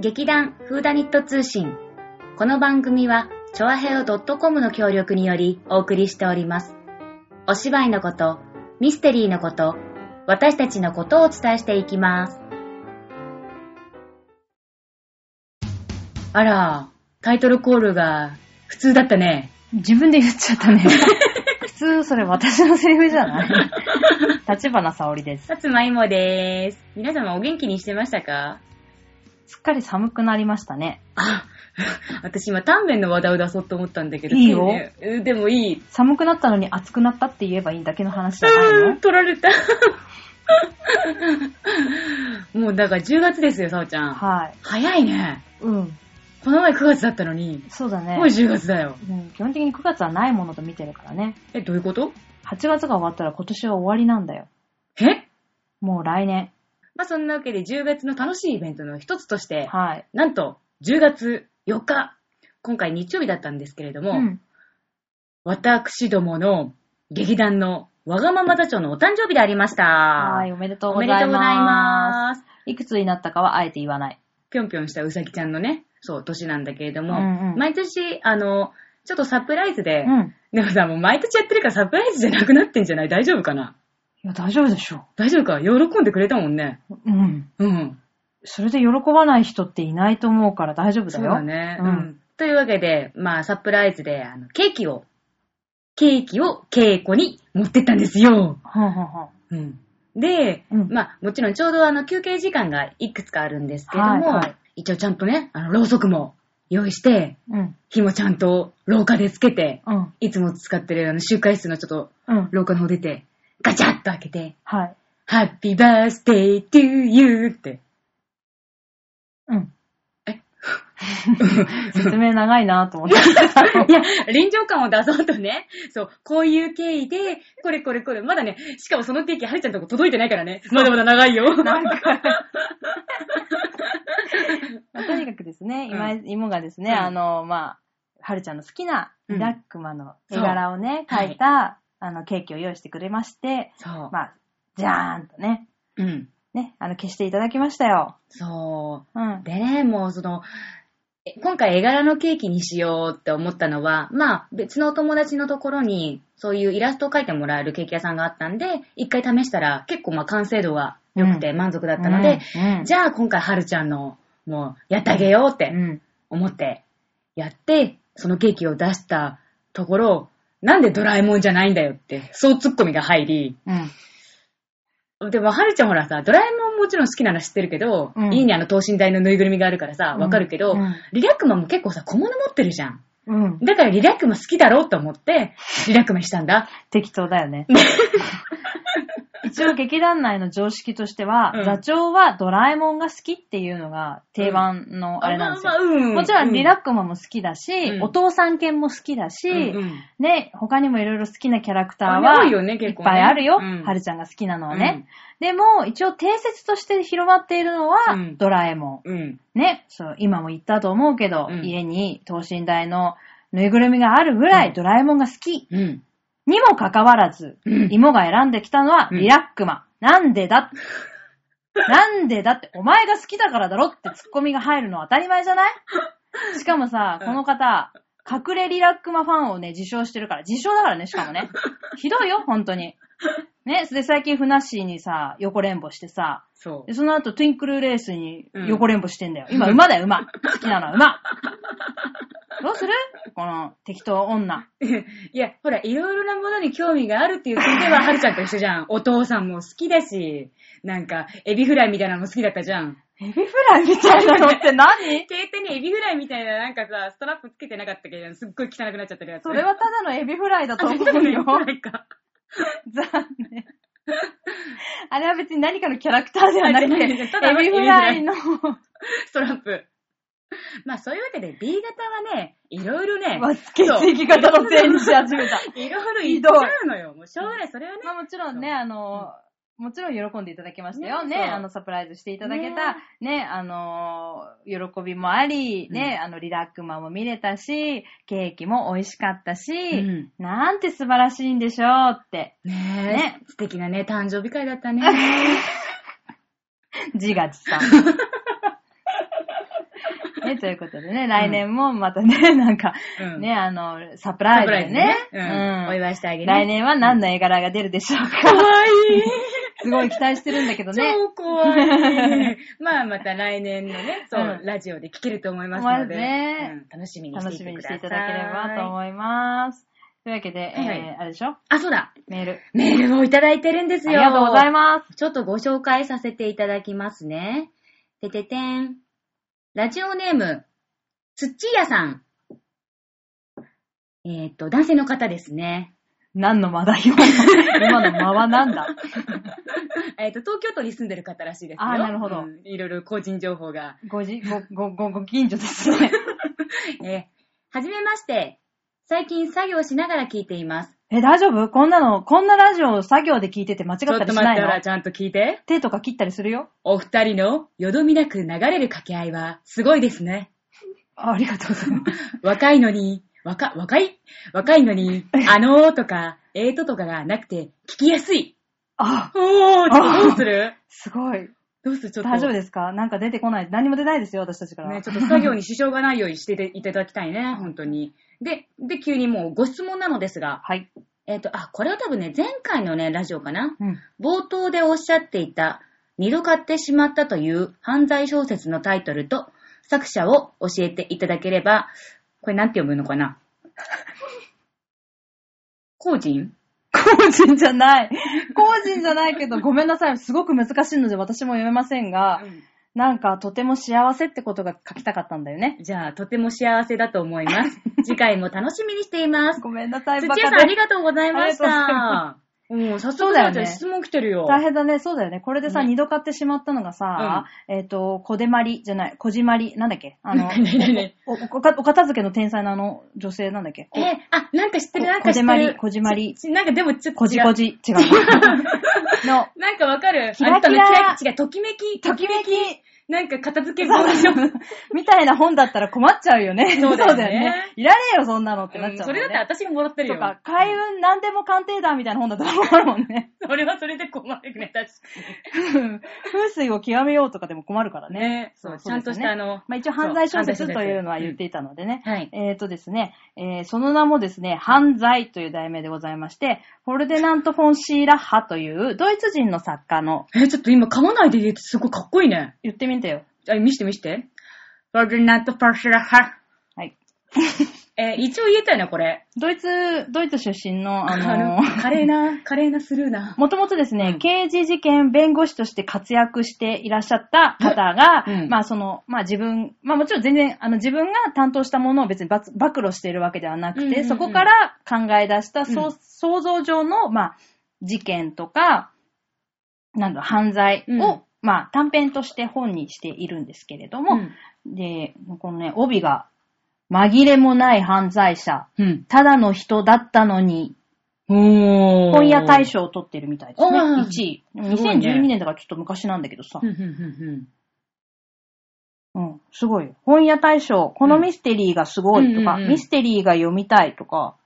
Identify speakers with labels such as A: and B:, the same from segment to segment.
A: 劇団フーダニット通信。この番組は、チョアヘオ .com の協力によりお送りしております。お芝居のこと、ミステリーのこと、私たちのことをお伝えしていきます。あら、タイトルコールが普通だったね。
B: 自分で言っちゃったね。普通、それ私のセリフじ ゃない立花沙織です。
A: さつまいもでーす。皆様お元気にしてましたか
B: すっかり寒くなりましたね。
A: あ、私今、タンメンの話題を出そうと思ったんだけど。
B: いいよ
A: ねえでもいい。
B: 寒くなったのに暑くなったって言えばいいだけの話じゃな
A: う
B: い
A: ん、取ら れた。もうだから10月ですよ、さおちゃ
B: の
A: ん。
B: はい。
A: 早いね。
B: うん。
A: この前9月だったのに、
B: そうだね
A: もう。10月だよ。
B: うん、基本的に9月はないものと見てるからね。
A: え、どういうこと
B: 8月が終わったら今年は終わりなんだよ。
A: え
B: もう来年。
A: まあそんなわけで10月の楽しいイベントの一つとして、
B: はい。
A: なんと10月4日、今回日曜日だったんですけれども、
B: うん。
A: 私どもの劇団のわがまま座長のお誕生日でありました。
B: はい、おめでとう
A: お
B: ござ
A: め
B: い
A: で
B: ます。
A: とうございます。
B: いくつになったかはあえて言わない。
A: ぴょんぴょんしたうさぎちゃんのね、そう、年なんだけれど
B: う
A: も、
B: んうん。
A: 毎年、あの、ちょっとサプライズで、
B: うん。
A: でもさ、もう毎年やってるからサプライズじゃなくなってんじゃない大丈夫かない
B: や、大丈夫でしょ
A: 大丈夫か喜んでくれたもんね。
B: う。うん。
A: うん。
B: それで喜ばない人っていないと思うから大丈夫だ
A: そ
B: よ。
A: うだね。う
B: うん
A: ん。というわけで、まあ、サプライズで、あの、ケーキを、ケーキを稽古に持ってったんですよ。
B: はんはんはん
A: うん。で、
B: うん
A: まあ、もちろんちょうどあの、休憩時間がいくつかあるんですけれども、
B: はいはい
A: 一応ちゃんとね、あの、ろうそくも用意して、
B: うん。
A: 火もちゃんと廊下でつけて、
B: うん。
A: いつも使ってるあの集会室のちょっと
B: うん。
A: 廊下の方出て、ガチャッと開けて、
B: はい。
A: ハッピーバースデー to you って。
B: うん。
A: え
B: 説明長いなと思って。
A: いや、臨場感を出そうとね、そう、こういう経緯で、これこれこれ、まだね、しかもそのケーキ、はるちゃんのとこ届いてないからね、まだまだ長いよ。
B: まあとにかくですね、
A: うん
B: 今井、芋がですね、
A: うん
B: あの、まあ、はるちゃんの好きな
A: うん
B: リラックマの絵柄をね、描いた、あの、ケーキを用意してくれまして、
A: そう。
B: まあ、じゃーんとね、
A: うん。
B: ね、あの、消していただきましたよ。
A: そう。
B: うん。
A: でね、もうその、え今回絵柄のケーキにしようって思ったのは、まあ別のお友達のところにそういうイラストを描いてもらえるケーキ屋さんがあったんで、一回試したら結構まあ完成度が良くて満足だったので、
B: うん、
A: じゃあ今回はるちゃんのもうやってあげようっ
B: う
A: て
B: ん。
A: 思ってやって、そのケーキを出したところ、なんでドラえもんじゃないんだよって、そうツッコミが入り、
B: うん。
A: でも、はるちゃんほらさ、ドラえもんもちろん好きなの知ってるけど、
B: うん
A: 家にあの等身大のぬいぐるみがあるからさ、わかるけど、
B: うん
A: リラックマも結構さ、小物持ってるじゃん。
B: うん。
A: だからリラックマ好きだろうと思って、リラックマにしたんだ。
B: 適当だ よね。一応劇団内の常識としては、
A: うん
B: 座長はドラえもんが好きっていうのが定番のあれなんですよ。
A: まあまあう
B: もちろんリラッ
A: ク
B: クマも好きだし、
A: うん
B: お父さん犬も好きだし、ね、他にもいろいろ好きなキャラクターは
A: 多いよね、
B: い
A: 結
B: っ
A: 構ね、
B: ぱいあるよ。
A: うん
B: はるちゃんが好きなのはね。でも、一応定説として広まっているのは
A: うん、
B: ドラえも
A: うん。うん。
B: ん。ね、そう、今も言ったと思うけど、
A: うん
B: 家に等身大のぬいぐるみがあるぐら
A: うん
B: いドラえもんが好き
A: うん。
B: にもかかわらず、
A: うん
B: 芋が選んできたのは
A: うん
B: リラックマ。なんでだなんでだって、お前が好きだからだろってツッコミが入るのは当たり前じゃないしかもさ、
A: うん
B: この方、隠れリラックマファンをね、自称してるから、自称だからね、しかもね。ひどいよ、本当に。ね、で、最近、ふなっしーにさ、横連歩してさ、
A: そ
B: で
A: う。
B: その後、トゥインクルーレースに
A: うん
B: 横連歩してんだよ。今、馬だよ、馬。好きなのは馬。どうするこの、適当女。
A: いや、ほら、いろいろなものに興味があるっていう点では、はるちゃんと一緒じゃん。お父さんも好きだし、なんか、エビフライみたいなのも好きだったじゃん。
B: エビフライみたいなのって何
A: 携帯にエビフライみたいな、なんかさ、ストラップつけてなかったけど、すっごい汚くなっちゃってるやつ。
B: それはただのエビフライだと
A: あ、そ
B: 思
A: ううなのエビ
B: よ
A: フ。ライか。
B: 残念。あれは別に何かのキャラクターではなくて、
A: あ違
B: エ
A: う 違うただの
B: ビフライの、
A: ストラップ。まあそういうわけで B 型はね、いろいろね、
B: わつけてき方のせいにし始めた。
A: いろいろ言っちゃうのよ。もうしょうがない。それはね、
B: まあもちろんね、あの、もちろん喜んでいただきましたよ。
A: ね
B: ね、
A: そう
B: あの、サプライズしていただけた、ね、あの、喜びもあり、ね、あの、リラックマも見れたし、ケーキも美味しかったし、
A: うん
B: なんて素晴らしいんでしょうって、
A: ねえ、
B: ね
A: 素敵なね、誕生日会だ ったね。
B: 自画自賛。ね、ということでね、来年もまたね、 なんか、
A: うん
B: ね、あの、サプラ
A: サ
B: イ
A: プ
B: ズ
A: ライ
B: で
A: ズ
B: ね
A: ね。。うん。お祝いしてあげる。
B: 来。年は何の絵柄が出るでしょう
A: か
B: か。
A: わいい。
B: すごい期待してるんだけどね。
A: 超怖 い。まあまた来年のね、そうう、
B: ん
A: ラジオで聞けると思いますので。
B: まあね
A: うん楽しみに
B: 楽
A: し
B: して
A: い
B: み
A: て
B: に
A: く
B: し
A: だ
B: て
A: さい。
B: いただければと思います。というわけで、
A: はいはい
B: えー、あれでしょ
A: あ、そうだ。
B: メール。
A: メールをいただいてるんです
B: あ
A: よ。
B: りがとうございます。
A: ちょっとご紹介させていただきますね。てててん。ラジオネーム、土屋さん。えっ、と、男性の方ですね。
B: 何の間だ今の。今の間は何だ
A: えっ、と、東京都に住んでる方らしいですよ。
B: あーなるほ
A: う
B: ど
A: んいろいろ個人情報が。
B: ごじ、ご、ご、ご、ご近所ですね。
A: えーはじめまして。最近作業しながら聞いています。
B: え、大丈夫こんなの、こんなラジオを作業で聞いてて間違っ
A: ちょった
B: り
A: と
B: し
A: 待
B: な
A: っ
B: い
A: た
B: の
A: らちゃんと聞いて。
B: 手とか切ったりするよ。
A: お二人のよどみなく流れる掛け合いはすごいですね。
B: あありがとうござい ます。
A: 若いのに、若、若い若いの に、あのーとか、えーととかがなくて、聞きやすい。
B: あ、
A: おー、ちょっとどうする
B: すごい。
A: どうするちょっと。
B: 大丈夫ですかなんか出てこない。何も出ないですよ、私たちから。
A: ね、ちょっと作業に支障がないようにしていただきたいね、本当に。で、で、急にもうご質問なのですが、
B: はい。
A: えっ、と、あ、これは多分ね、前回のね、ラジオかな。
B: うん。
A: 冒頭でおっしゃっていた、二度買ってしまったという犯罪小説のタイトルと、作者を教えていただければ、これなんて読むのか な個人
B: 個人じゃない。個人じゃないけど、ごめんなさい。すごく難しいので私も読めませんが、なんかとても幸せってことが書きたかったんだよね。
A: じゃあ、とても幸せだと思い ます。次回も楽しみにしています。
B: ごめんなさい、
A: 土
B: バ
A: 屋
B: カ
A: さん、あり
B: で。
A: がとうございまし
B: あり
A: た。うん、早
B: そ
A: 速
B: うだ
A: だ
B: よ
A: よ、
B: ね
A: ね、質問来てるよ。
B: 大変だね。そうだよね。これでさ、
A: ね、
B: 二度買ってしまったのがさ、えっ、と、こでまりじゃない、こじまり、なんだっけあの
A: ね
B: お、おおかお片付けの天才のあの女性なんだっけ
A: え、あ、なんか知ってる、なんか
B: こ
A: 知
B: じ
A: っ
B: ま
A: て
B: り、
A: る。
B: こじまり、
A: ちなんかでもちょっと
B: こじ
A: 違う。
B: こじ、 違う。の、
A: なんかわかる
B: キラキラ
A: あったのキラ違う、ときめき。
B: ときめき、
A: なんか片付け棒でしょ。
B: みたいな本だったら困っちゃうよね。
A: そうだよね
B: いらねえよ、そんなのってなっ
A: うん
B: ちゃう、
A: それだったら私がもらってるよ
B: と。か、開運なんでも鑑定団みたいな本だったら困るもんね。
A: それはそれで困るね、確か
B: 風水を極めようとかでも困るから
A: に。
B: ね。
A: ね、そう、ちゃんとしたあ
B: の。
A: の、
B: まあ、一応犯罪小説
A: そう
B: というのは言っていたのでね。
A: はい。
B: えっ、とですね、えーその名もですね、犯罪という題名でございまして、フォルデナント・フォン・シーラッハというドイツ人の作家の、
A: え、ちょっと今噛まないで言えてすごいかっこいいね。
B: 言ってみてよ。
A: あ、見して見して。フォルナット・パシュラハ。
B: はい。
A: えー一応言えたよね、これ。
B: ドイツ、ドイツ出身の、あの
A: あの華麗な、華麗なスルーな。
B: もともとですね、
A: うん
B: 刑事事件弁護士として活躍していらっしゃった方が、
A: うん
B: まあその、まあ自分、まあもちろん全然、あの自分が担当したものを別にばつ暴露しているわけではなくて、
A: うんうんうん
B: そこから考え出した、そう
A: うん
B: 想像上の、まあ事件とか、なんだろう、犯罪を、
A: うん
B: まあ短編として本にしているんですけれども、
A: うん
B: で、このね、帯が、紛れもない犯罪者、
A: うん。
B: ただの人だったのに、
A: お
B: 本屋大賞を取ってるみたいですね。
A: おー
B: 1位。でも
A: すごいね
B: 2012年だからちょっと昔なんだけどさ
A: うん。うんうん
B: うん、すごいよ。本屋大賞、このミステリーがすごいとか、
A: うんうんうん
B: ミステリーが読みたいとか、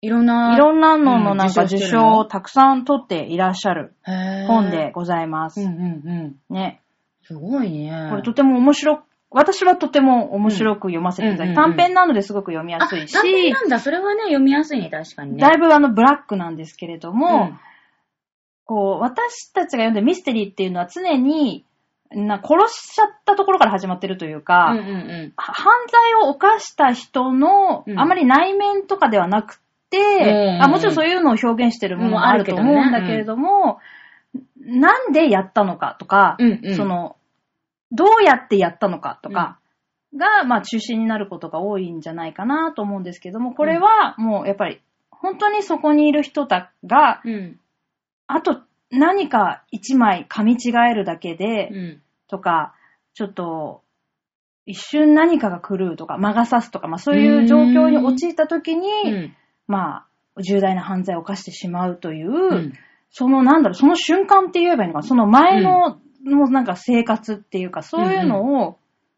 A: いろんな、
B: いろんなののなんか
A: うん受賞し
B: 受
A: てる
B: 賞をたくさん取っていらっしゃる本
A: 本。
B: でござい
A: う
B: ま
A: ん
B: す
A: う。んうん。
B: ね。
A: すごいね。
B: これとても面白く、私はとても面白く読ませていただ
A: うん
B: いて、
A: うんうんう
B: 短
A: ん
B: 編なのですごく読みや
A: あ、
B: すいし、
A: 短編なんだ。それはね、読みやすいね、確かにね。
B: だい
A: ぶ
B: ぶあのブラックなんですけれども、こう、私たちが読んでるミステリーっていうのは常に、な殺しちゃったところから始まってるというか、
A: うんうんうん。
B: は犯罪を犯した人の、
A: うん
B: あまり内面とかではなくて、
A: ん
B: あ、もちろんそういうのを表現してるものもあると思うんだけれども、なんでやったのかとか、
A: うんうん
B: その、どうやってやったのかとか、が、まあ中心になることが多いんじゃないかなと思うんですけども、これはもうやっぱり、本当にそこにいる人たが、
A: うん。
B: あと何か一枚噛み違えるだけで、
A: うん。
B: とか、ちょっと、一瞬何かが狂うとか、魔が差すとか、まあそういう状況に陥った時に、
A: うん
B: まあ、重大な犯罪を犯してしまうという、
A: うん。
B: そのなんだろう、その瞬間って言えばいいのかな、その前の、のなんか生活っていうか、そういうのを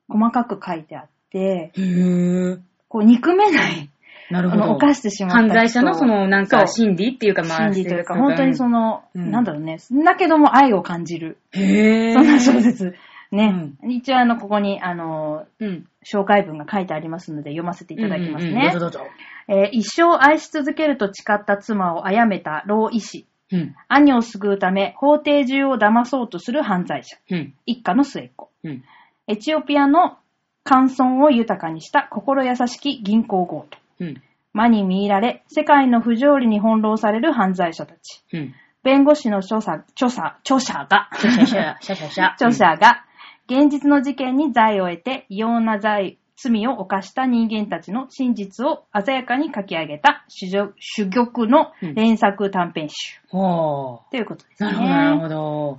B: 細かく書いてあって、
A: へー。
B: こう憎めない、
A: なる
B: あ
A: ほど
B: の、。犯してしまった
A: 犯
B: 人
A: 罪者のその、なん
B: そ
A: か、
B: う
A: 心理っていうか、まあ、
B: 心理というか、
A: 生活
B: 本当にその、
A: うん
B: なんだろうね、だけども愛を感じる、
A: へぇー。
B: そんな小説ね、一応あの、ここに、あの、
A: うん。
B: 紹介文が書いてありますので読ませていただきますね。
A: うんうんどうぞどうぞ。
B: えー一生愛し続けると誓った妻を殺めた老医師。
A: うん。
B: 兄を救うため法廷中を騙そうとする犯罪者。
A: うん。
B: 一家の末っ子。
A: うん。
B: エチオピアの乾村を豊かにした心優しき銀行強盗。
A: うん。
B: 魔に見入られ、世界の不条理に翻弄される犯罪者たち。
A: うん。
B: 弁護士の著者、著者、著者が、
A: シャシャシャ、シャシャシャ。
B: 著者が、現実の事件に罪を得て、異様な罪、罪を犯した人間たちの真実を鮮やかに書き上げた珠玉珠玉の連作短編集
A: うん。ほ
B: ということで
A: う。
B: す
A: な
B: ね。
A: るほど、なるほど。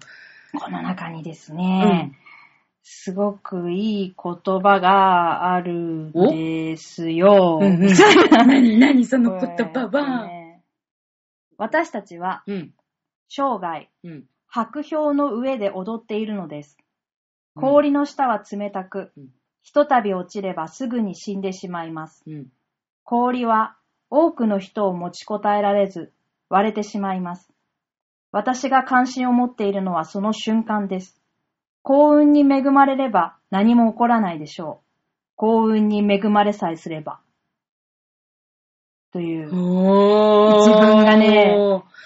B: この中にです
A: う
B: ね、
A: ん。
B: すごくいい言葉があるんですよ。
A: うんうん何、何、その言葉は。
B: 私たちは
A: うん。
B: 生涯
A: うん。
B: 白氷の上で踊っているのです。
A: うん
B: 氷の下は冷たく
A: うん、
B: ひとたび落ちればすぐに死んでしまいます。
A: うん。
B: 氷は多くの人を持ちこたえられず、割れてしまいます。私が関心を持っているのはその瞬間です。幸運に恵まれれば何も起こらないでしょう。幸運に恵まれさえすれば。という、
A: おー。
B: 一文がね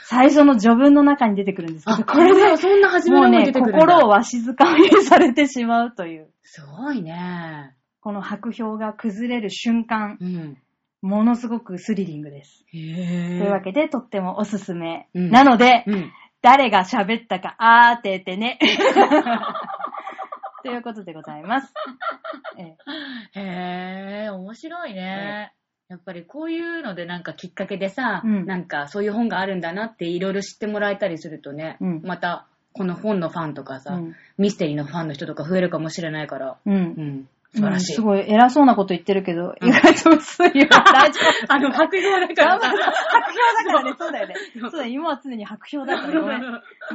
B: 最初の序文の中に出てくるんですけ
A: あ、
B: ど、
A: これだ、そんな初め
B: もう
A: の方に
B: ね、
A: 出てくるんだ。
B: 心をわしづかみにされてしまうという、
A: すごいね。
B: この白氷が崩れる瞬間、
A: うん。
B: ものすごくスリリングです。
A: へえ。
B: というわけで、とってもおすすめ。
A: うん
B: なので、
A: うん。
B: 誰が喋ったかあーててね。 ということでございます。え
A: へえ、面白いね。やっぱりこういうのでなんかきっかけでさ、
B: うん
A: なんかそういう本があるんだなっていろいろ知ってもらえたりするとね、
B: うん
A: またこの本のファンとか
B: え
A: さ、ミステリーのファンの人とか増えるかもしれないから、
B: うん。う。
A: うんん、素晴らしい。
B: う んすごい偉そうなこと言ってるけど、
A: うん
B: 意外と薄いよ。大丈夫。
A: あの、白状だからさ。
B: 白氷だからね、そうだ よね。そうだよ、今は常に白氷だからごめん。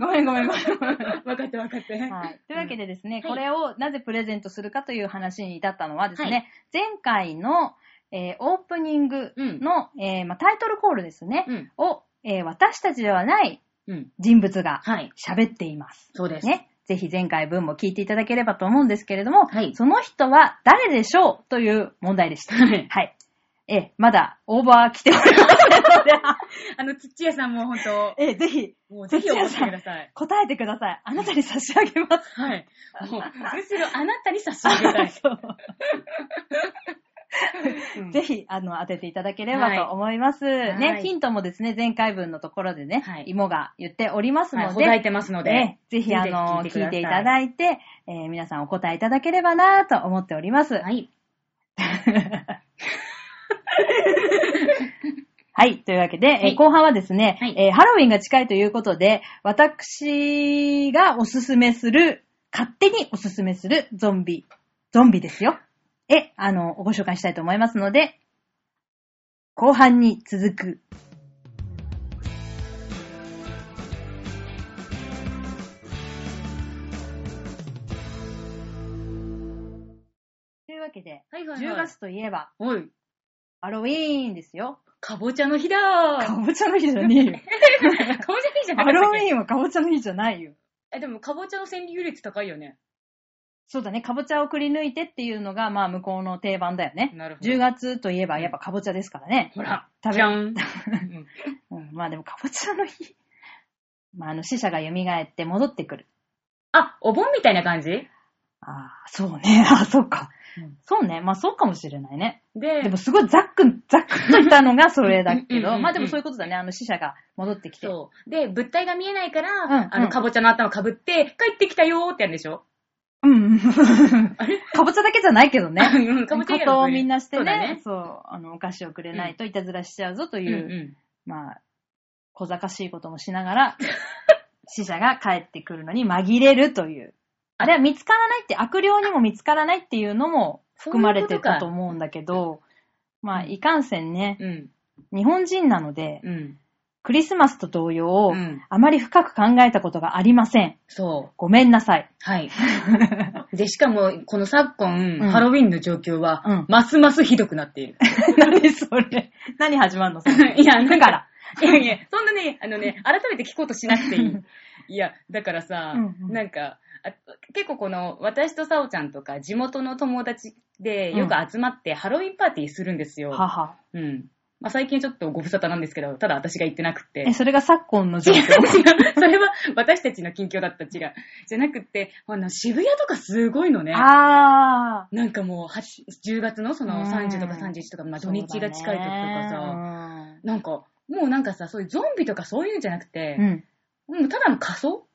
B: ごめんごめんごめんごめん。
A: 分かって分かって。
B: はい。というわけでです
A: は
B: ね、
A: い
B: これをなぜプレゼントするかという話に至ったのはですね、
A: はい
B: 前回の、えーオープニング
A: うん
B: の、えーまあ、タイトルコールですね、
A: うん。
B: を、えー私たちではない
A: うん。
B: 人物が
A: はい。
B: 喋っています。
A: そうです。
B: ね。ぜひ前回分も聞いていただければと思うんですけれども、
A: はい
B: その人は誰でしょうという問題でした。
A: はい
B: はい。えーまだオーバー来ておりませんの
A: あの、土屋さんも本当、
B: で、えーぜひ
A: もうぜひお越しください。
B: 答えてください。あなたに差し上げます。
A: はい。もう、むしろあなたに差し上げたい。
B: そう
A: うん
B: ぜひ、あの、当てていただければと思います。
A: いは
B: ね
A: い、
B: ヒントもですね、前回分のところでね、
A: はい
B: 芋が言っております
A: はい
B: の
A: ほ
B: で、
A: ざいてますので。
B: ねぜひ、あの、聞いていた
A: い
B: だいて、えー皆さんお答えいただければなと思っております。
A: て
B: は、
A: はいい。
B: というわけで、えー
A: はい
B: 後半はですね、
A: はい
B: えーハロウィンが近いということで、私がおすすめする、勝手におすすめするゾンビ、ゾンビですよ。え、あの、ご紹介したいと思いますので、後半に続くというわけで、
A: はいはい、はい。
B: 10月。といえば、
A: おい、
B: ハロウィーンですよ。
A: かぼちゃの日だー。
B: か
A: かぼ
B: ぼちゃの日じゃね えよ。
A: ちゃの日 じゃなかった
B: ハ
A: っけ
B: ロウィーンはかぼちゃの日じゃないよ。
A: え、でもかぼちゃの占有率高いよね。
B: そうだね、かぼちゃをくり抜いてっていうのが、まあ、向こうの定番だよね。
A: なるほど
B: 10月といえば、やっぱかぼちゃですからね。
A: ほら、
B: 食べ
A: じゃん。
B: うん、まあでも、かぼちゃの日。 まあ、あの、死者が蘇って戻ってくる。
A: あ、お盆みたいな感じ
B: ああ、そうね。 ああ、そうか
A: うん。
B: そうね。まあ、そうかもしれないね。
A: で、
B: でも、すごいざっくん、ざっくんと言ったのがそれだ
A: うんう
B: け
A: んうんう
B: ど、
A: ん
B: まあでもそういうことだね。あの、死者が戻ってきて。
A: そう。で、物体が見えないから、
B: うん
A: あの、かぼちゃの頭かぶって、帰ってきたよーってやるんでしょ
B: うん。
A: あれ
B: かぼちゃだけじゃないけどね。
A: うん、か
B: 加
A: ぼちゃ以外
B: 藤
A: の
B: をみんなして
A: そうだ
B: ね
A: ね、
B: そうあの、お菓子をくれないといたずらしちゃうぞと
A: う
B: い
A: ん
B: う、まあ、小賢しいこともしながら、 死者が帰ってくるのに紛れるという。あれは見つからないって、悪霊にも見つからないっていうのも含まれてたと思うんだけど、まあ、いかんせんね、
A: うん。うん。
B: 日本人なので、
A: うん。
B: クリスマスと同様、
A: うん
B: あまり深く考えたことがありません。
A: そう。
B: ごめんなさい。
A: はい。で、しかも、この昨今、
B: うん
A: ハロウィンの状況は、
B: うん
A: ますますひどくなってい る。
B: 何それ。何始まんのそれ
A: いや、な
B: だ
A: ん
B: か。ら。
A: いやいや、そんな ね、あのね、改めて聞こうとしなくていい。いや、だからさ、
B: うんうん
A: なんか、あ結結構この、私とさおちゃんとか地元の友達でよく集まってハロウィンパーティーするんですよ。
B: はは。
A: うん。まあ、最近ちょっとご無沙汰なんですけど、ただ私が行ってなくて。
B: え、それが昨今の状況。
A: 違う、 それは私たちの近況だった、違う。じゃなくて、あの、渋谷とかすごいのね。
B: ああ。
A: なんかもう、はち10月のその
B: うん
A: 30とか31とか、まあ土日が近い時とかさ、
B: さ。
A: なんか、もうなんかさ、そういうゾンビとかそういうんじゃなくて
B: う、ん。
A: もうただの仮装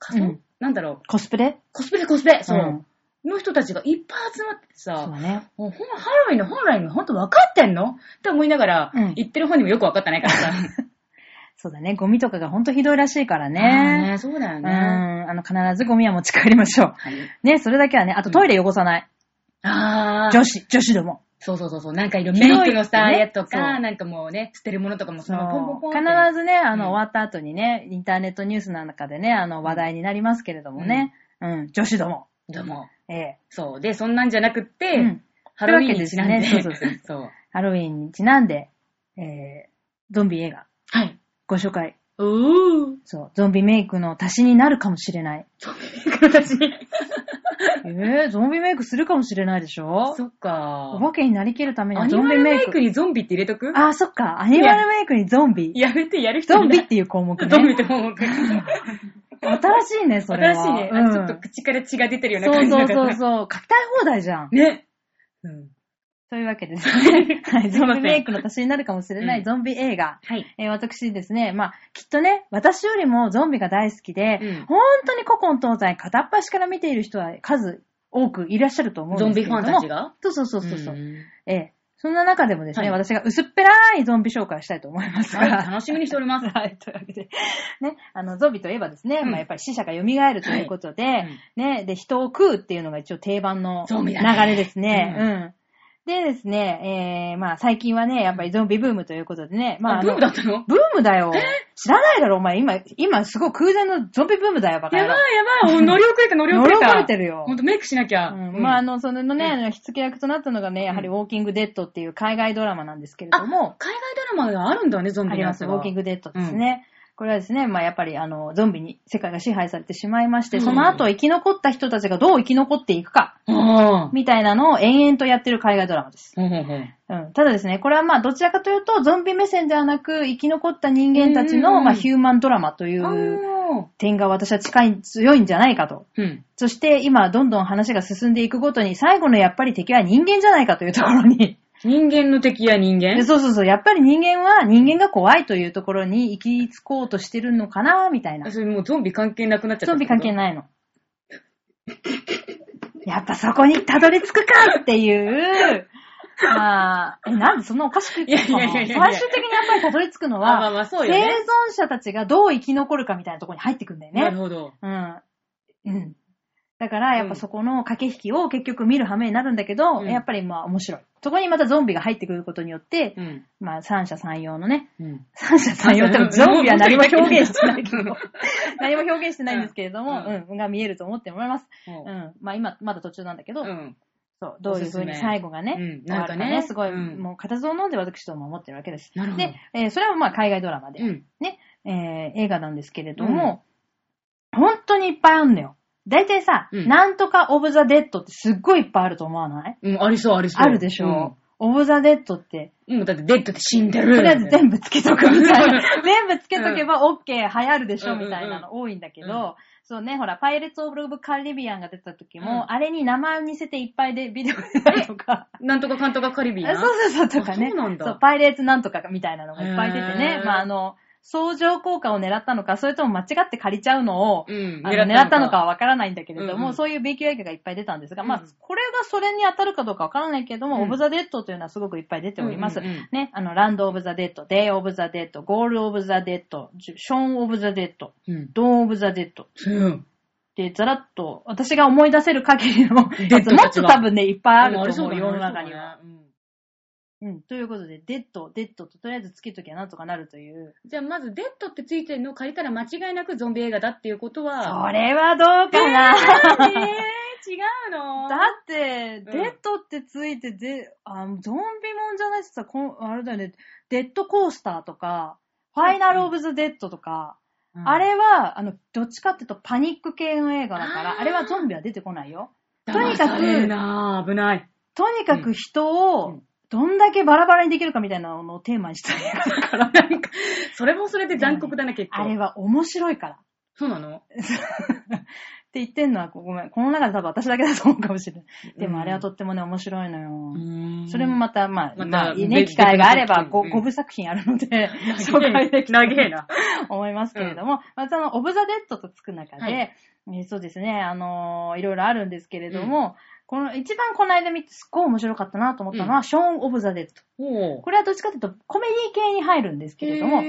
A: 仮装、
B: うん
A: なんだろう、
B: コスプレ
A: コスプレコスプレ、そう、
B: ん
A: の人たちがいっぱい集まって
B: そ
A: さ
B: う、だね。
A: もうほんハロウィンの本来の本当分かってんのって思いながら、
B: うん
A: 言ってる本にもよく分かってないから さ。
B: そうだね。ゴミとかがほんとひどいらしいから
A: あー
B: ね。
A: ね、そうだよ
B: う
A: ね。
B: ん。あの、必ずゴミは持ち帰りましょう。
A: はい
B: ね、それだけはね。あ
A: う
B: と
A: ん
B: トイレ汚さない。
A: ああ。
B: 女子、女子ども。
A: そうそうそうそう。なんかいろいろ
B: 広
A: メ
B: い
A: イクのさ、
B: ね
A: やつと
B: そう
A: か、なんかもうね、捨てるものとかもそのポンポンポンって。
B: 必ずね、あ
A: う
B: の、
A: ん
B: 終わった後にね、インターネットニュースなんかでね、あの、話題になりますけれどもね。うん、女子ども。
A: でも、
B: ええ。
A: そう。で、そんなんじゃなくって、
B: うん
A: ハロウィンに
B: と
A: ち
B: いう
A: な
B: わ
A: ん
B: け
A: で。
B: ですねそう そうそうハロウィンにちなんで、ええ、ゾンビ映画、
A: はい。
B: ご紹介。
A: おー。
B: そう、ゾンビメイクの足しになるかもし れない。
A: 私。
B: ええ、ゾンビメイクするかもしれないでしょ
A: そっか
B: お。化けになりきるために
A: ア
B: は
A: ニ
B: ゾン
A: マ
B: ビ
A: ルメ
B: メ
A: イ
B: イク
A: ク。にゾンビって入れとく
B: あー、そっか。アニマルメイクにゾンビ。
A: やめて、やる人
B: ゾン
A: い
B: ビ
A: な
B: っ
A: い
B: ていう項目
A: ゾンビ
B: ね
A: っ。て思う。
B: 新しいね、 それは。
A: 新しいね。
B: う
A: あ
B: ん
A: ちょっと口から血が出てるような
B: そ
A: 感じだ
B: うそう
A: から
B: そうそう。書きたい放題じゃん。
A: ね。うん。
B: というわけでです ね。はい。
A: すい
B: ゾ
A: ま
B: ン
A: せ
B: ビ
A: ん
B: メイクの足しになるかもしれな
A: う
B: い
A: ん
B: ゾンビ映画。
A: はい。
B: えー私ですね、まあ、きっとね、私よりもゾンビが大好きで、
A: うん
B: 本当に古今東西片っ端から見ている人は数多くいらっしゃると思うん
A: ゾ
B: で
A: ン
B: すけ
A: ビ
B: れ
A: フ
B: ど
A: ァ
B: も。
A: ンたちが
B: そうそうそうそうそう。
A: ん
B: ええそんな中でもですね、
A: はい
B: 私が薄っぺらいゾンビ紹介をしたいと思いますが、
A: はい楽しみにしております。
B: はい、というわけで。ね、あの、ゾンビといえばですね、
A: うん
B: まあやっぱり死者が蘇るということで、
A: うん
B: ね、で、人を食うっていうのが一応定番の
A: ゾン
B: 流
A: ビだね
B: れですね。
A: うん
B: うん。でですね、えー、まあ最近はね、やっぱりゾンビブームということでね、まあ
A: あ
B: あ
A: ブ
B: の
A: ームだったの
B: ブームだよ。知らないだろ、お前。今、今すごい空前のゾンビブームだよ、バカ
A: やばい
B: 野
A: や
B: 郎。
A: ばい、お乗り遅れた乗り遅れた。
B: 乗り遅れてるよ
A: ほんとメイクしなきゃ。
B: うん、まあ、あの、そのね、
A: うん
B: あの火付け役となったのがね、やはりウォーキングデッドっていう海外ドラマなんですけれども、
A: 海外ドラマがあるんだね、ゾン
B: あ
A: ビ
B: り
A: の
B: ま
A: や
B: す。
A: つ
B: ウ
A: は。
B: ォーキングデッドですね。これはですね、まあやっぱりあの、ゾンビに世界が支配されてしまいまして、
A: うん
B: その後生き残った人たちがどう生き残っていくか、
A: ああ。
B: みたいなのを延々とやってる海外ドラマです。
A: ほうほうほう
B: うん。ただですね、これはまあどちらかというと、ゾンビ目線ではなく、生き残った人間た
A: う
B: ち
A: んうん
B: の、
A: うん
B: まあヒューマンドラマという
A: ああ
B: 点が私は近い、強いんじゃないかと。
A: うん。
B: そして今、どんどん話が進んでいくごとに、最後のやっぱり敵は人間じゃないかというところに、
A: 人間の敵や人間
B: そうそうそう、やっぱり人間は人間が怖いというところに行き着こうとしてるのかな、みたいな。
A: それもうゾンビ関係なくなっちゃった。
B: ゾンビ関係
A: い。
B: ないの。やっぱそこにたどり着くかっていう、まあ、えなんでそんなおかしく言ってるのかない
A: やいやいやいや
B: 最終的にやっぱりたどり着くの
A: まあまあ
B: は、
A: まあ、そう
B: 生
A: よね。
B: 存者たちがどう生き残るかみたいなところに入ってくんだよ
A: なる
B: ね。
A: ほど。
B: うん。うん。だから、やっぱそこの駆け引きを結局見る羽目になるんだけど、
A: うん
B: やっぱりまあ面白い。そこにまたゾンビが入ってくることによって、
A: うん。
B: まあ三者三様のね、
A: うん。
B: 三者三様って もゾンビは何も表現してないけ ど、何も表現してないんですけれども、
A: う
B: うん、が見えると思ってもらいます。うん。まあ今、まだ途中なんだけど、
A: うん。
B: そう、どういう風
A: お
B: に
A: すすめ
B: 最後がね、
A: うんなんかね
B: 終わるすごい、
A: うん
B: もう固唾を飲んで私ども思ってるわけです。
A: なるほど
B: で、えーそれはまあ海外ドラマで、
A: うん。
B: えー映画なんですけれども、本当にいっぱいあるのよ。大体さ、
A: うん
B: なんとかオブザ・デッドってすっごいいっぱいあると思わない
A: うん、ありそう、ありそう。
B: あるでしょ、オブザ・デッドって、
A: うん。もうだってデッドって死んでる。
B: とりあえず全部つけとくみたいな。全部つけとけば OK 流行るでしょみたいなの多いんだけ
A: うんうんう
B: ど、そうね、ほら、パイレーツ・オブ・カリビアンが出た時
A: う
B: も、
A: ん
B: あれに名前を似せていっぱいでビデオ出たり とか、
A: なんとか監督がカリビア
B: あ
A: ン。
B: そうそうそうとか
A: あ
B: ね
A: そうなんだ
B: そう、パイレーツなんとかみたいなのがいっぱい出てね
A: へ、ー
B: まああの、相乗効果を狙ったのか、それとも間違って借りちゃうのを、
A: うん。
B: あの狙ったのかはわからないんだけれども、
A: うんうん
B: そういう B 級映画がいっぱい出たんですが、まあ
A: うん、
B: これがそれに当たるかどうかわからないけれども、
A: うん
B: オブザ・デッドというのはすごくいっぱい出ております。
A: うんうんうん
B: ね、あの、ランド・オブ・ザ・デッド、デイ・オブ・ザ・デッド、ゴール・オブ・ザ・デッド、ジュショーン・オブ・ザ・デッド、
A: うん。
B: ドーン・オブ・ザ・デッド。
A: うん。
B: で、ざらっと、私が思い出せる限りの
A: デッド
B: やつ、
A: たち
B: も
A: は
B: っと多分ね、いっぱいあると
A: そ
B: 思
A: う
B: う、
A: だね
B: 世の中には。。
A: そうだねうん
B: うん。ということで、デッド、デッドと、とりあえずつけときゃなんとかなるという。
A: じゃあ、まず、デッドってついてるのを借りたら間違いなくゾンビ映画だっていうこと
B: そ
A: は。
B: れはどうかな、
A: そうね。違うの
B: だって、
A: うん
B: デッドってついて、で、あゾンビもんじゃないしさ、こんあれだよね、デッドコースターとか、ファイナルオブズデッドとか、
A: うん
B: あれは、あの、どっちかっていうとパニック系の映画だか
A: あ
B: ら、
A: ー
B: あれはゾンビは出てこないよ。と
A: 騙
B: にかく
A: されるなぁ危ない。
B: とにかく人
A: う
B: を
A: ん、
B: どんだけバラバラにできるかみたいなのをテーマにした映画だから。
A: それもそれで残酷だね、結構。
B: あれは面白いから。っ
A: そうなの
B: て言ってんのは、ごめん。この中で多分私だけだと思うかもしれない。でもあれは
A: と、
B: とってもね、面白いのよ。
A: うん
B: それもまた、まあ、
A: また
B: まあ、
A: 別
B: ね、機会があれば
A: 別の作品
B: ご
A: うん
B: 5部作品ある ので、
A: 長
B: 紹介できたら
A: えな。
B: と思いますけれども、まあ、その、オブザ・デッドとつく中で、
A: はい
B: えーそうですね、あのーいろいろあるんですけれども、この、一番この間見てすっごい面白かったなと思ったのは、ショーン・オブザ・デッド。
A: お
B: これはどっちかというと、コメディ系に入るんですけれども、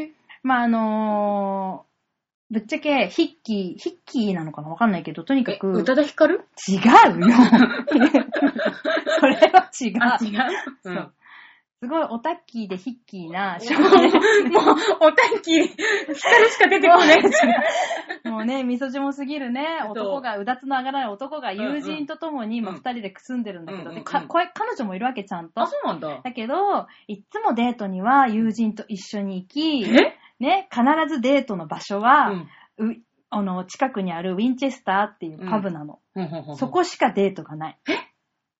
B: まあ、あのーぶっちゃけ、ヒッキー、ヒッキーなのかなわかんないけど、とにか
A: え、
B: く、
A: 宇多田ヒカル
B: 違 うよ それは違う。
A: 違う。う。
B: そうんすごいオタッキーでヒッキーな少
A: も
B: 年。
A: う、もう、お天気、ヒカルしか出てこ ない。
B: もうね、みそじもすぎるね、
A: そう
B: 男が、うだつの上がらない男が友人と共に、今
A: うん
B: 二人でくすんでるんだけ
A: う
B: ど、
A: ん
B: で、
A: うん
B: か、
A: うん
B: これ彼女もいるわけちゃんと。
A: うなんだ。
B: だけど、いっつもデートには友人と一緒に行き、
A: え
B: ね、必ずデートの場所
A: う
B: は、
A: ん
B: うあの、近くにあるウィンチェスターっていうパブなの。
A: ほんほんほん。
B: そこしかデートがない。え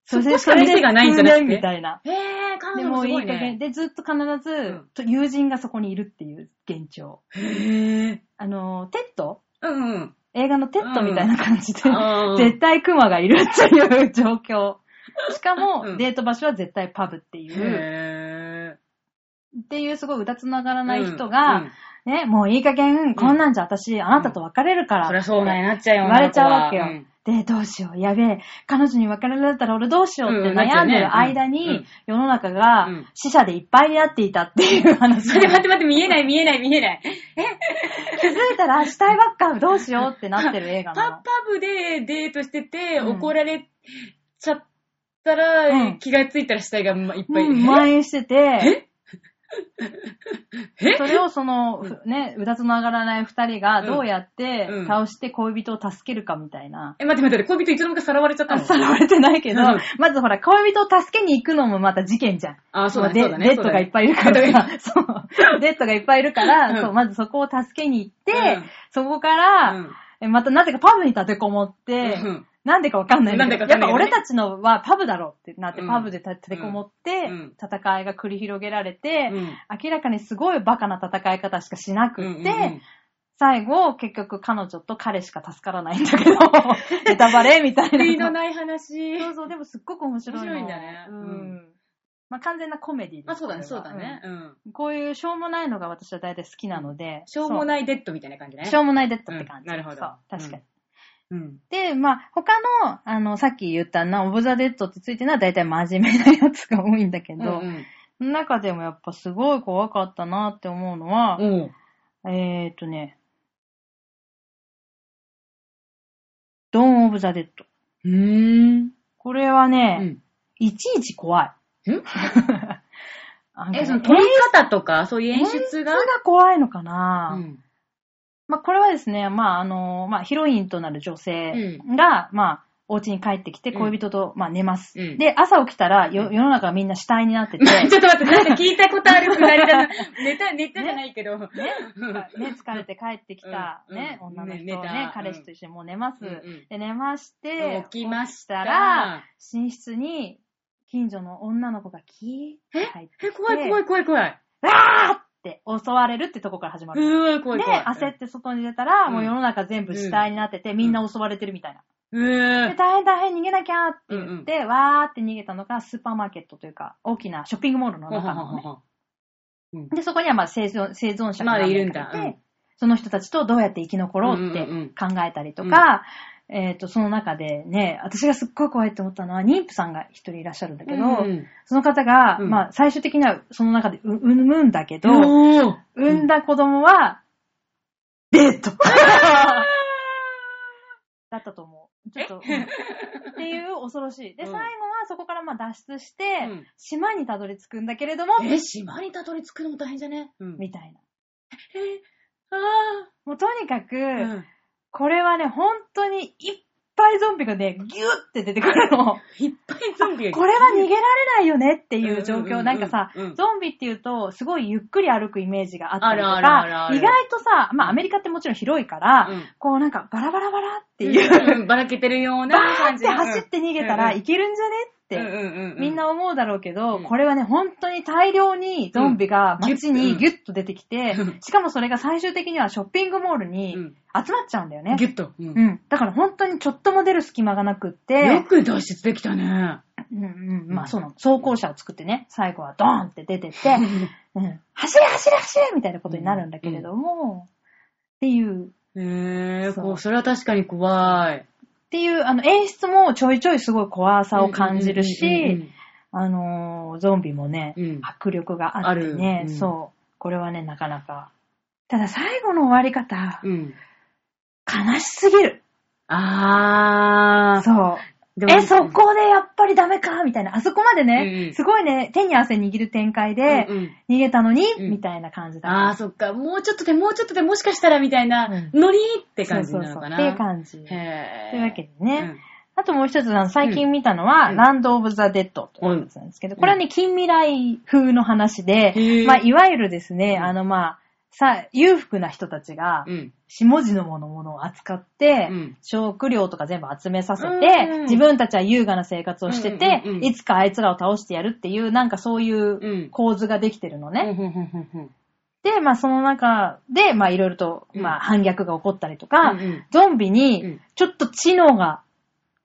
A: そこしか店がないんじゃなくて
B: みたいな。
A: へえ、彼
B: で
A: 女も
B: も
A: す
B: いい
A: ごい
B: 加減。
A: ね。
B: で、ずっと必ず
A: ん、
B: と友人がそこにいるっていう現状。
A: へえ。
B: あの、テッド
A: うん うん。
B: 映画のテッドみたいな感じで、
A: あー
B: 絶対クマがいるっていう状況。しかも、
A: うん
B: デート場所は絶対パブっていう、
A: へ
B: っていうすごいうだつながら
A: え。
B: ない人
A: うんう
B: が
A: ん、
B: ね、もういい加減、こんなんじゃ私、あなたと別れるから。
A: そりゃそうなんやなっちゃうよ。
B: 言われちゃうわけよ
A: 女の子は。
B: で、どうしよう、やべえ、彼女に別れられたら俺どうしようって
A: うんなっちゃ
B: 悩
A: うんね
B: でる間
A: うんう
B: に
A: ん、
B: 世の中が
A: うん
B: 死者でいっぱいになっていたっていう 話。
A: 待 って待って待って、見えない見えない見えない。
B: 気づいたら死体ばっかどうしようってなってる映画
A: パ
B: なの
A: パ。ブでデートしてて、
B: うん
A: 怒られちゃったら、
B: うん
A: 気がついたら死体がまいっぱい。
B: うん、蔓延してて、
A: え
B: それをその、ふね、うだつの上がらない二人がどうやって
A: うん
B: 倒して恋人を助けるかみたいな。
A: え、待って待って、恋人いつの間にかさらわれちゃった
B: あ
A: の
B: さらわれてないけど
A: うん、
B: まずほら、恋人を助けに行くのもまた事件じゃん。
A: あ、そうだね。
B: で
A: そうだね。
B: デッドがいっぱいいるから、 そう。デッドがいっぱいいるから、
A: うん
B: そう、まずそこを助けに行って、
A: うん
B: そこから、えまたなぜかパブに立てこもって、
A: うん
B: なんでかわかんないんだけど
A: なんでかわかんないけどね
B: やっぱ俺たちのはパブだろうってなって、
A: うん
B: パブで立てこもって、
A: うん
B: 戦いが繰り広げられて、
A: うん
B: 明らかにすごいバカな戦い方しかしなく
A: う
B: って、
A: んうんうん
B: 最後、結局彼女と彼しか助からないんだ けど、ネタバレみたい
A: 悔いの
B: な。
A: ない話。
B: そうそう、でもすっごく面白い
A: 面
B: の。
A: 白いんだね
B: う。
A: うん
B: まあ、完全なコメディです
A: まあそうだね、
B: これ
A: そう
B: は
A: だね。
B: う
A: うん。
B: んこういうしょうもないのが私は大体好きなので。
A: しょうも
B: い、
A: ないデッドみたいな感じね。
B: しょうもないデッドって感じ。
A: うんなるほど
B: そう、確かに。
A: うん。
B: で、まあ、他の、あの、さっき言ったな、オブザ・デッドってついてるのは大体真面目なやつが多いんだけ
A: う
B: ど、
A: ん
B: その中でもやっぱすごい怖かったなって思うのは
A: う、ん。
B: えーっとね、ドーン・オブ・ザ・デッド。
A: うん。
B: これは
A: う
B: ね、
A: ん。
B: いちいち怖い。
A: ん
B: なんかね
A: え、その撮り方とか、そういう演出が
B: 演出が怖いのかな、
A: うん
B: まあ、これはですね、まあ、あの、まあ、ヒロインとなる女性が、まあ、お家に帰ってきて、
A: うん
B: 恋人と、まあ、寝ます。
A: うん
B: で、朝起きたら、よ世の中みんな死体になっ てて、
A: ちょっと待って、なんか聞いたことあるくだりだな。ネタ、ネタじゃないけど。うん
B: ね、ね、疲れて帰ってきた、
A: うん
B: ね、
A: うん
B: 女の人
A: ね
B: ね
A: 寝た
B: 彼氏と一緒にもう寝ます。
A: うん
B: で、寝まして、
A: 起きました
B: ら、
A: ら、
B: 寝室に、近所の女の子がキーって入って、
A: え、怖い怖い怖い怖い。
B: わーって襲われるってとこから始まる。
A: うわ、怖い
B: で、
A: 怖い。
B: 焦
A: て。
B: って外に出たら、
A: うん
B: もう世の中全部死体になってて、みんな襲われてるみたいな。
A: うー
B: で、大変大変逃げなきゃって
A: うんう
B: 言
A: ん
B: って、わーって逃げたのがスーパーマーケットというか、大きなショッピングモールの
A: ほほ
B: 中な
A: ほ
B: のね。
A: ほ
B: で、そこにはまあ生存生存者
A: ま
B: が
A: あいる
B: 何
A: ん
B: 人か
A: だ
B: いて、その人たちとどうやって生き残ろうって
A: うんうんうん
B: 考えたりとか、えっ、と、その中でね、私がすっごい怖いって思ったのは、妊婦さんが一人いらっしゃるんだけど、
A: うん
B: その方が、
A: うん
B: まあ最終的にはその中でう産むんだけど、
A: う んおー
B: 産んだ子供は、デート だったと思う。ちょっと、うんっていう恐ろしい。で、
A: うん
B: 最後はそこからまあ脱出して、
A: うん
B: 島にたどり着くんだけれども、
A: え、島にたどり着くのも大変じゃねうん
B: みたいな。
A: えーあ
B: もうとにかく、
A: ーうん
B: これはね、本当にいっぱいゾンビがね、ギュって出てくるの。
A: いっぱいゾンビが
B: これは逃げられないよねっていう状況。
A: うんうんうんうん
B: なんかさ、ゾンビっていうと、すごいゆっくり歩くイメージがあったりと
A: あるあるある
B: か
A: あ、る
B: 意外とさ、まあアメリカってもちろん広いから、
A: うん
B: こうなんかバラバラバラっていう、
A: うんうんばらけてるよう
B: バ
A: な
B: ー
A: 感
B: っ
A: じ
B: て走って逃げたらいけるんじゃねって、
A: っ
B: みんな思うだろうけど、
A: うん
B: これはね、本当に大量にゾンビが街
A: う
B: に
A: ん
B: ギュッと出てきて、
A: うん
B: しかもそれが最終的にはショッピングモールに集まっちゃうんだよね。
A: ギュッと。うん
B: うん。だから本当にちょっとも出る隙間がなくって、
A: よく脱出できたね。
B: うんうん、まあそうなの。装甲車を作ってね、最後はドーンって出てって、 うん、走れ走れ走れみたいなことになるんだけれども、っていう、
A: へえ、
B: そう
A: こう、それは確かに怖い。
B: っていう、あの、演出もちょいちょいすごい怖さを感じるし、
A: う
B: あのーゾンビもね、
A: んうんうんうん、うん
B: 迫力があってね
A: あ、るうん
B: そう。これはね、なかなか。ただ最後の終わり方、
A: うん。
B: 悲しすぎる。
A: あー。
B: そう。
A: でも
B: え、そこでやっぱりダメかみたいな。あそこまで
A: うんう
B: ね、
A: ん
B: すごいね、手に汗握る展開
A: うん
B: で、
A: うん
B: 逃げたのに、
A: うん
B: みたいな感じだった。
A: あー、そっか。もうちょっとで、もうちょっとで、もしかしたら、みたいな
B: うん、
A: ノリって感じなのかな。
B: そうそうそうっていう感じ。と
A: へー。
B: いうわけ
A: で
B: でね。あともう一つ、あの最近見たのは、
A: うん
B: ランド・オブ・ザ・デッドというやつなんですけど、これはね、近未来風の話で
A: へ、ー
B: まあ、いわゆるですね、
A: うん
B: あの、まあ、さ、裕福な人たちが
A: う、ん。
B: 下地のものものを扱って、
A: うん
B: 食料とか全部集めさせて、
A: うん
B: 自分たちは優雅な生活をしてて、
A: うんうんうんうん
B: いつかあいつらを倒してやるっていう、なんかそうい
A: うん
B: う構図ができてるのね。
A: うんうんうんうん
B: で、まあその中で、まあいろいろと、
A: うん
B: まあ反逆が起こったりとか、
A: うんうん
B: ゾンビ
A: う
B: に
A: ん、
B: ちょっと知能が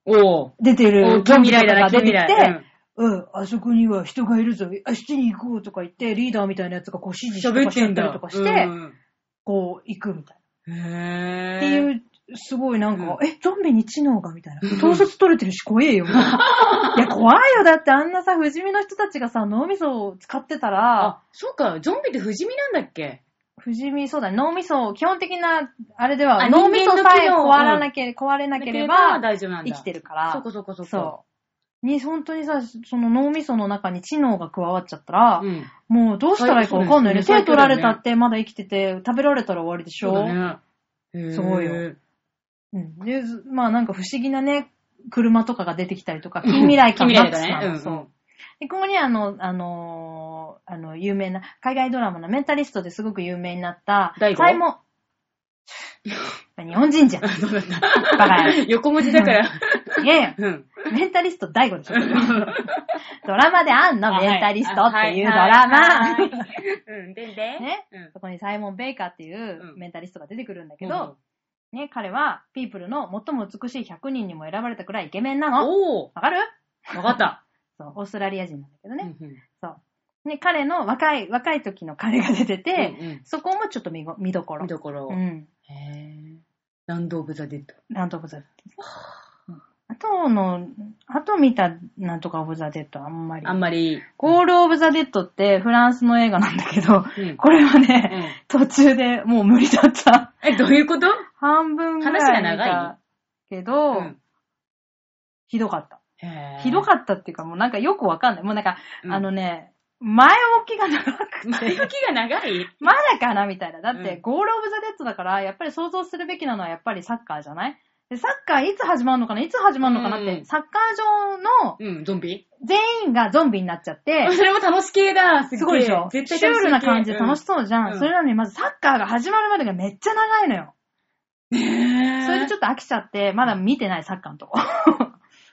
A: おー。
B: 出て
A: お
B: る
A: ー
B: ゾ
A: 近
B: ンビ
A: 未来だ
B: とか
A: な、
B: が
A: 近
B: 出てき
A: 未
B: て、
A: 来。
B: うん、あそこには人がいるぞ、あっちに行こうとか言って、リーダーみたいなやつがこう指示
A: う
B: し
A: ん
B: て
A: 喋
B: と
A: っ
B: かして
A: てん
B: った
A: だ。う
B: りとかして、
A: ん
B: こう行くみたい
A: へー。
B: な。っていう、すごいなんか、
A: うん
B: え、ゾンビに知能がみたいな
A: うん。
B: 統率取れてるし怖えよ、みたい な。いや、怖いよ。だってあんなさ、不死身の人たちがさ、脳みそを使ってたら、
A: あ、そうか、ゾンビって不死身なんだっけ
B: 不死身、そうだね。脳みそ、基本的な、あれでは、
A: あ
B: 脳みそ
A: 人間
B: さ
A: の機
B: え
A: 能
B: 壊らなければ、壊れなければ、
A: 大丈夫なん
B: 生
A: だ。
B: きてるか
A: そう
B: ら
A: か、。そうか、そうか。
B: そう。に、本当にさ、その脳みその中に知能が加わっちゃったら、
A: うん。
B: もうどうしたらいいかわかんないね。
A: そうだ
B: 手
A: ね
B: 取られたってまだ生きてて、食べられたら終わりでしょ。
A: そうだね。
B: すごいよ
A: へー。
B: うん。で、ずまあなんか不思議なね、車とかが出てきたりとか、近未来感
A: 近
B: マ
A: 未来
B: ックス
A: だ
B: な
A: ね。
B: の
A: うん。
B: そう。で、ここにあの、あのーあの、有名な、海外ドラマのメンタリストですごく有名になった、
A: 大悟
B: サ イモン日本人じゃん。 バ
A: そうだった。
B: カや。
A: 横文字だから。
B: いやいや、
A: うん。
B: メンタリスト大悟でしょ。ドラマであんの、メンタリストっていうド
A: は
B: ラ
A: い
B: マ
A: はい。はいうん、でんで。
B: ね
A: うん。
B: そこにサイモン・ベイカーっていう
A: うん
B: メンタリストが出てくるんだけど、ね、彼は、ピープルの最も美しい100人にも選ばれたくらいイケメンな
A: うん、
B: の。
A: お
B: わかる
A: ー、わかった。
B: そう、オーストラリア人なんだけどね。
A: うんうん
B: そう。ね、彼の若い、若い時の彼が出てて、
A: うんうん
B: そこもちょっと見ご見どころ。
A: 見どころ
B: う。ん。
A: へー。ランド・オブ・ザ・デッド。
B: なんとかザ・デッドうんあとの、あと見たなんとかオブザ・デッドはあんまり。
A: あんまり。
B: ゴール・オブ・ザ・デッドってフランスの映画なんだけど、
A: うん
B: これは
A: う
B: ね、
A: ん
B: 途中でもう無理だった。
A: え、どういうこと
B: 半分ぐらい
A: 話が長い
B: 見たけど、
A: うん
B: ひどかった。
A: へー
B: ひどかったっていうかもうなんかよくわかんない。もうなんか、
A: うん
B: あのね、前置きが長くて
A: 前置きが長い
B: まだかなみたいな。だって、
A: うん
B: ゴールオブザデッドだから、やっぱり想像するべきなのはやっぱりサッカーじゃないで、サッカーいつ始まるのかないつ始まるのかなって、
A: うん
B: サッカー場の
A: うん、ゾンビ
B: 全員がゾンビになっちゃって
A: あ、それも楽し系だ。 すっげえ
B: すごいでしょシュ
A: 絶対
B: ールな感じで楽し
A: い
B: そうじゃん。
A: うん
B: それなのにまずサッカーが始まるまでがめっちゃ長いのよ。
A: 系。ねえ
B: それでちょっと飽きちゃって、まだ見てないサッカーのとこ。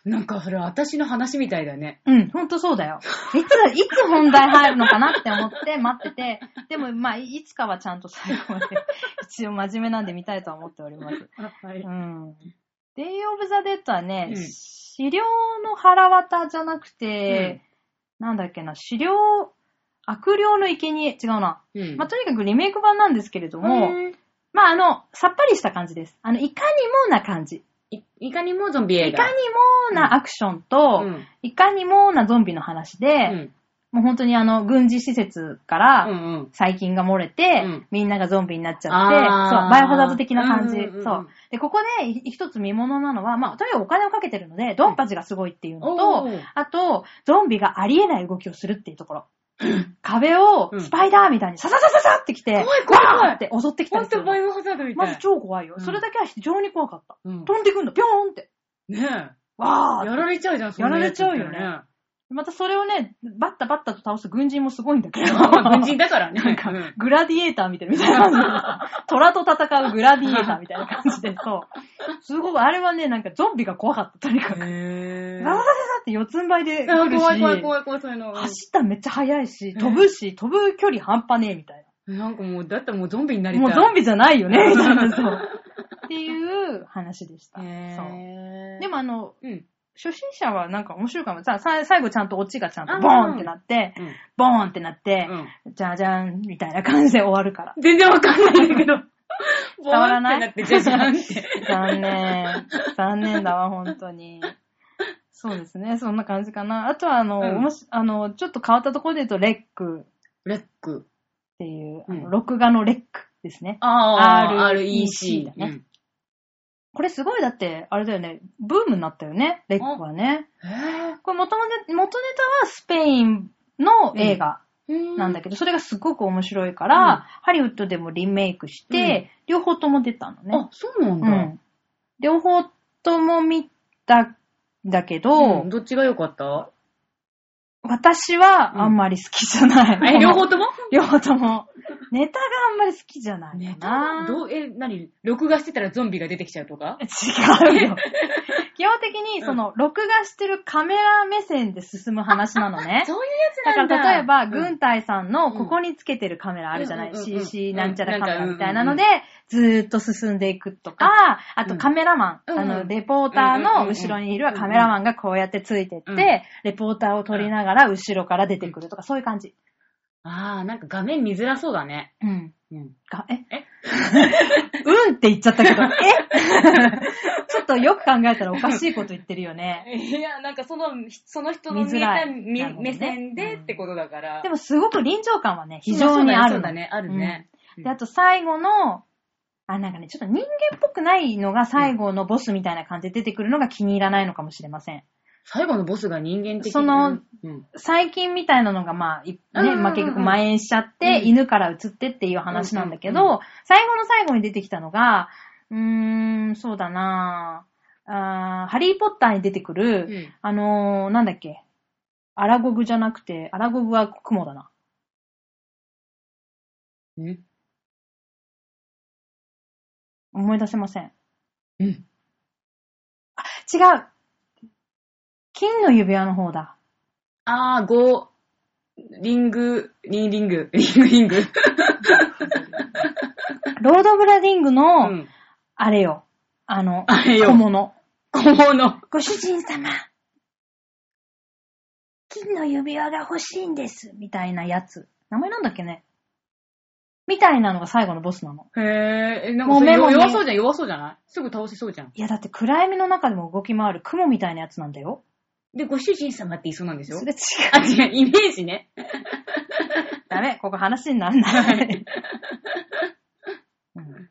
A: なんかそれ私の話みたいだね。
B: うん、ほんとそうだよ。いつ、 いつ本題入るのかなって思って待ってて、でもまあ、いつかはちゃんと最後まで、一応真面目なんで見たいとは思っております。
A: はい。
B: うん。デイ・オブ・ザ・デッドはね、
A: うん
B: 資料の腹渡じゃなくて、なんだっけな、資料、悪霊の生贄、違うな。
A: うん。
B: まあ、とにかくリメイク版なんですけれども、
A: うん
B: まあ、あの、さっぱりした感じです。あの、いかにもな感じ。
A: いいかにもゾンビ映
B: いか
A: 画。
B: にもなアクションと、
A: うん
B: いかにもなゾンビの話で、
A: うん
B: もう本当にあの、軍事施設から、
A: うんうん。
B: 細菌が漏れて、
A: うん
B: みんながゾンビになっちゃって、
A: あー
B: そう、バイオハザード的な感じ。
A: うんうんうんうん
B: そう。で、ここでい一つ見物なのは、まあ、とにかくお金をかけてるので、ドンパチがすごいっていうのと、
A: おー
B: あと、ゾンビがありえない動きをするっていう ところ。壁をスパイダーみたいにサササササってき
A: 怖
B: て、
A: い怖い怖い
B: わーって襲ってきた
A: ほ
B: り
A: ん
B: する
A: と
B: の
A: バイオハザードみた
B: ま
A: い
B: ず。超怖いよ。それだけは非常に怖かった。
A: うん
B: 飛んでくんだ、ピョーンって。
A: ねえ。
B: わ
A: や
B: ー
A: られちゃうじゃん、そんなつ
B: やられちゃうよまたそれをね、バッタバッタと倒す軍人もすごいんだけど。
A: まあ 軍人だからね。
B: なんか
A: うん、
B: グラディエーターみたいな、みたいな 感じで。虎と戦うグラディエーターみたいな感じで、そう。すごく、あれはね、なんかゾンビが怖かった、とにかく。
A: へぇ
B: ガサガサガサって四つん這いで来るし、
A: 怖い怖い怖い怖い、そういうの。
B: 走ったらめっちゃ速いし、飛ぶし、飛ぶ距離半端ねえみたい
A: なんかもう、だったらもうゾンビになり
B: な。
A: たい。
B: もうゾ
A: ン
B: ンビじゃないよね、みたいな。そうっていう話でした。そうで
A: も、
B: もあの、
A: うん。
B: 初心者はなんか面白いかも。さ、さ最後ちゃんとオチがちゃんと
A: あー
B: ボーンってなって、
A: うん
B: ボーンってなって、じゃじゃんみたいな感じで終わ るから。
A: 全然わかんないんだけ ど。
B: 伝わらない
A: ボーンってなって、じゃじゃんって。
B: 残念。残念だわ、本当に。そうですね。そんな感じかな。あとは、あの、
A: うん
B: もし、あの、ちょっと変わったところで言うと、レックっ
A: レック。
B: ていう、
A: うん
B: あの録画のレックですね。
A: ああ、
B: REC
A: REC
B: だ
A: だ
B: ね
A: ね。
B: これすごい、だって、あれだよね。ブームになったよね、レックはね。
A: へ
B: これ元々ネ、元ネタはスペインの映画。
A: ぇ
B: なんだ
A: け
B: けど、それがすごく面白いから、
A: うん
B: ハリウッドでもリメイクして、両方とも出たのね
A: あ。、そうなん
B: う
A: だ。
B: ん。両方とも見たんだけど、
A: うんどっちが良か った
B: 私はあんまり好きじゃない。
A: え、両方とも
B: 両方とも。ネタがあんまり好きじゃない
A: ネ
B: か
A: タ
B: な。
A: どう、え、何録画してたらゾンビが出てきちゃうとか
B: 違うよ。 基本的に、その、録画してるカメラ目線で進む話なのね。
A: そういう
B: だ
A: やつ
B: か
A: なんだ。
B: ら例えば、
A: うん
B: 軍隊さんの
A: うん
B: ここにつけてるカメラあるじゃない、
A: うんうんうんうん
B: CC なんちゃらカメラみたいな
A: うんう
B: の
A: ん
B: で、ずーっと進んでいくとか、あとカメラマン、
A: うん
B: あ
A: う
B: の、
A: ん
B: レポーターの後ろにいるカメラマンがこうやってついてっ
A: うん
B: て、レポーターを撮りながら後ろから出てくるとか、そういう感じ。
A: ああ、なんか画面見づらそうだね。
B: うん。
A: うん。
B: がえ
A: え
B: うんって言っちゃったけど、え ちょっとよく考えたらおかしいこと言ってるよね。
A: いや、なんかその、その人
B: の
A: の
B: 見
A: 見
B: え
A: え
B: た
A: た
B: 見目
A: 目
B: 線
A: 線
B: で
A: で
B: っ
A: っててことだから。
B: で
A: も、
B: もすごく臨場感はね、非常にある
A: そう
B: の
A: だ。ね、ある
B: ね
A: ね。
B: で、あと最後の、あ、なんかね、ちょっと人間っぽくないのが最後のボスみたいな感じで出てくるのが気に入らないのかもしれません。
A: 最後のボスが人間的
B: その、
A: うん。
B: 最近みたいなのが、まあ、い
A: うんうん
B: ね、
A: うん
B: まあ結局蔓延しちゃって、
A: うん
B: 犬から移ってっていう話なんだけど、
A: うんうん
B: 最後の最後に出てきたのが、うーん、そうだなぁあーハリーポッターに出てくる、
A: うん
B: あのー、なんだっけ、アラゴグじゃなくて、アラゴグは雲だな。
A: うん。
B: 思い出せません。
A: うん。
B: 違う金の指輪の方だ。
A: あー、ゴー、リング、リンリング、リングリング。
B: ロード・オブ・ラ・ディング
A: う
B: の、
A: ん。
B: あれよ。あの、
A: あれよ
B: 小物。
A: 小物。
B: ご主人様。金の指輪が欲しいんです。みたいなやつ。名前なんだっけね。みたいなのが最後のボスなの。
A: へえ、えなん
B: も
A: か
B: う
A: そ
B: 目
A: れ
B: もね
A: 弱そうじゃん、弱そうじゃないすぐ倒せそうじゃん。
B: いや、だって暗闇の中でも動き回る雲みたいなやつなんだよ。
A: で、ご主人様って言いそうなんでしょ
B: それ違う。
A: あ、違う、イメージね。
B: ダメ、ここ話にな らない。うん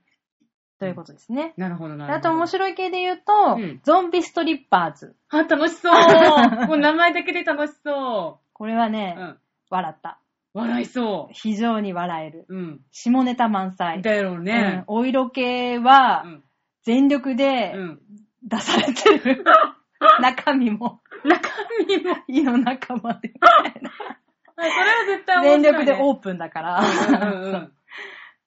B: ということですね。
A: なるほど、なるほど。
B: あと面白い系で言うと、
A: うん
B: ゾンビストリッパーズ。
A: あ、楽し そう。もう名前だけで楽しそ
B: これは
A: う。
B: ね、
A: うん。
B: 笑った。
A: 笑いそ
B: 非常に笑える。
A: う。うん。
B: 下ネタ満載。
A: だよね。
B: うんお色系
A: う
B: は
A: ん。
B: 全力で
A: うん。
B: 出されて る。中身も、
A: 中身も。
B: 胃の中まで。
A: あそれは絶対面白い、
B: 全
A: ね。
B: 力で
A: オ
B: オープンだから。
A: うんうん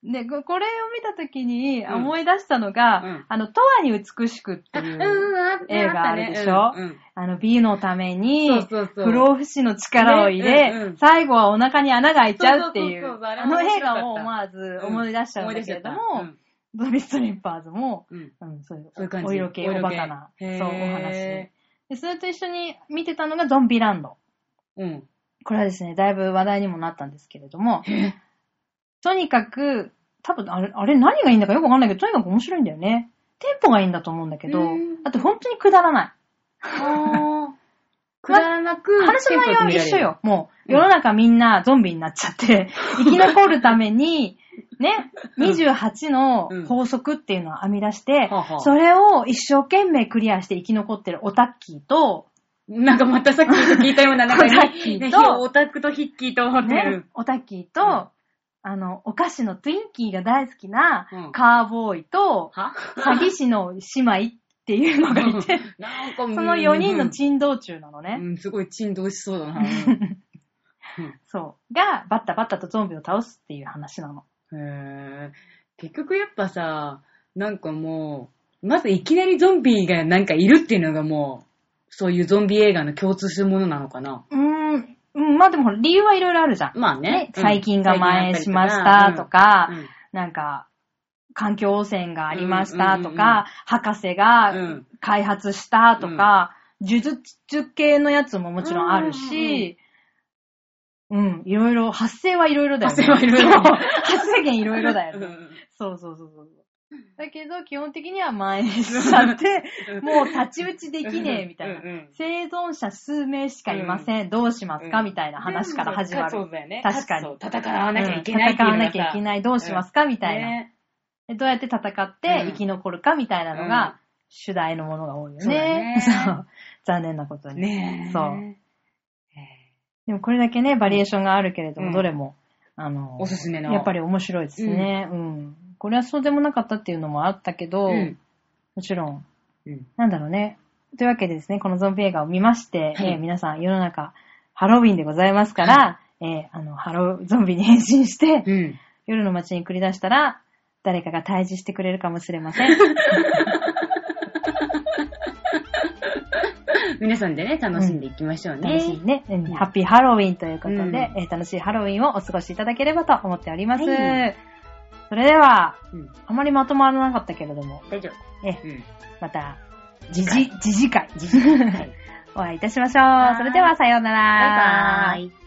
B: で、ここれを見たときに
A: うん
B: 思い出したのが、
A: うん
B: あの、とわに美しくって
A: あう
B: い
A: ん。
B: う、
A: うん。
B: 映画あるでしょ
A: うんうん
B: あの、美のために、
A: そうそうそう。
B: 不老不死の力を入れ、
A: ねうんうん
B: 最後はお腹に穴が開いちゃうっていう、
A: そうそうそうそうあれ
B: あ
A: も面
B: の映
A: 白かった
B: 画を思わず思い出しちゃうんだけれども、
A: 思い出しちゃっ
B: ゾンビストリッパーズも、
A: たうん。うん
B: うん、そういう
A: そういう感じ
B: お色気、
A: お
B: お
A: 色気
B: バカな、そう、
A: へー
B: お話で。それと一緒に見てたのがゾンビランド。
A: うん。
B: これはですね、だいぶ話題にもなったんですけれども、
A: へ
B: とにかく、多分あれ、あれ何がいいんだかよくわかんないけど、とにかく面白いんだよね。テンポがいいんだと思うんだけど
A: うん、
B: あと本当にくだらない。
A: あーくだらなく、
B: 話の内容は一緒よ。もう、
A: うん
B: 世の中みんなゾンビになっちゃって、生き残るために、ね、28の法則っていうのを編み出して
A: はあは、あ
B: それを一生懸命クリアして生き残ってるオタッキーと、
A: テンポに見られる。なんかまたさっき聞いたような、なんか
B: オタッキーと
A: ね、ひオタクとヒッキーと、
B: ね、オタッキー
A: う
B: と、あの、お菓子のトゥインキーが大好きな
A: うん
B: カーボーイと、
A: は
B: 詐欺師の姉妹っていうのがいて、
A: なんか
B: そ
A: もう
B: の4人の珍道中なの
A: う
B: ね。
A: ん、すごい珍道しそう だな。
B: そう。が、バッタバッタとゾンビを倒すっていう話なの。
A: へー結局やっぱさ、なんかもう、まずいきなりゾンビがなんかいるっていうのがもう、そういうゾンビ映画の共通するものなのかな。
B: うーん。うん、まあでもほら理由はいろいろあるじゃん。
A: まあね
B: ね。細菌が蔓延しましたと、か、なんか、環境汚染がありましたと
A: うんうんうんうん
B: か、博士
A: う
B: が
A: ん。
B: 開発したとか、呪術系のやつももちろんあるし、うん、いろいろ、発生はいろいろだよ
A: 発
B: ね。
A: 生はいろいろ
B: そう発生源いろいろだよ
A: うんう
B: ね。
A: ん
B: そうそうそうそう。だけど、基本的には蔓延しちゃって、もう太刀打ちできねえみたいな
A: うん。うん
B: 生存者数名しかいません。どうしますかみたいな話から始まる。
A: そうだよね。
B: 確かに
A: そう戦わなきゃいけないって
B: 戦
A: いうのが
B: わ
A: さ
B: なきゃいけない。どうしますかみたいな。
A: ね
B: でどうやって戦って
A: うん
B: 生き残るかみたいなの
A: うん
B: が主題のものが多いよ
A: そうだね
B: ね。そう残念なことに。
A: ねえ。
B: そう
A: へ
B: でもこれだけね、バリエーションがあるけれども、
A: うん
B: どれも、あ
A: え。
B: の、
A: おすすめの。
B: やっぱり面白いですね、うん。これはそうでもなかったっていうのもあったけど、
A: うん
B: もちろん、
A: うん。
B: なんだろうね。というわけでですね、このゾンビ映画を見まして、
A: はい
B: えー皆さん世の中、ハロウィンでございますから、えーあの、ハロウ、ゾンビに変身して、
A: うん。
B: 夜の街に繰り出したら、誰かが退治してくれるかもしれません。
A: 皆さんでね、楽しんでいきましょうね。
B: 楽しいね、うん
A: うん
B: ハッピーハロウィンということで、
A: うん
B: えー楽しいハロウィンをお過ごしいただければと思っております。
A: はい
B: それでは、
A: うん
B: あまりまとまらなかったけれども、
A: 大丈
B: え
A: 夫。うん。
B: また、
A: 次
B: じ
A: 回
B: じ、じじ会、
A: 次回。はい
B: お会いいたしましょ。
A: はいう
B: それでは、さようなら。
A: バイバーイ。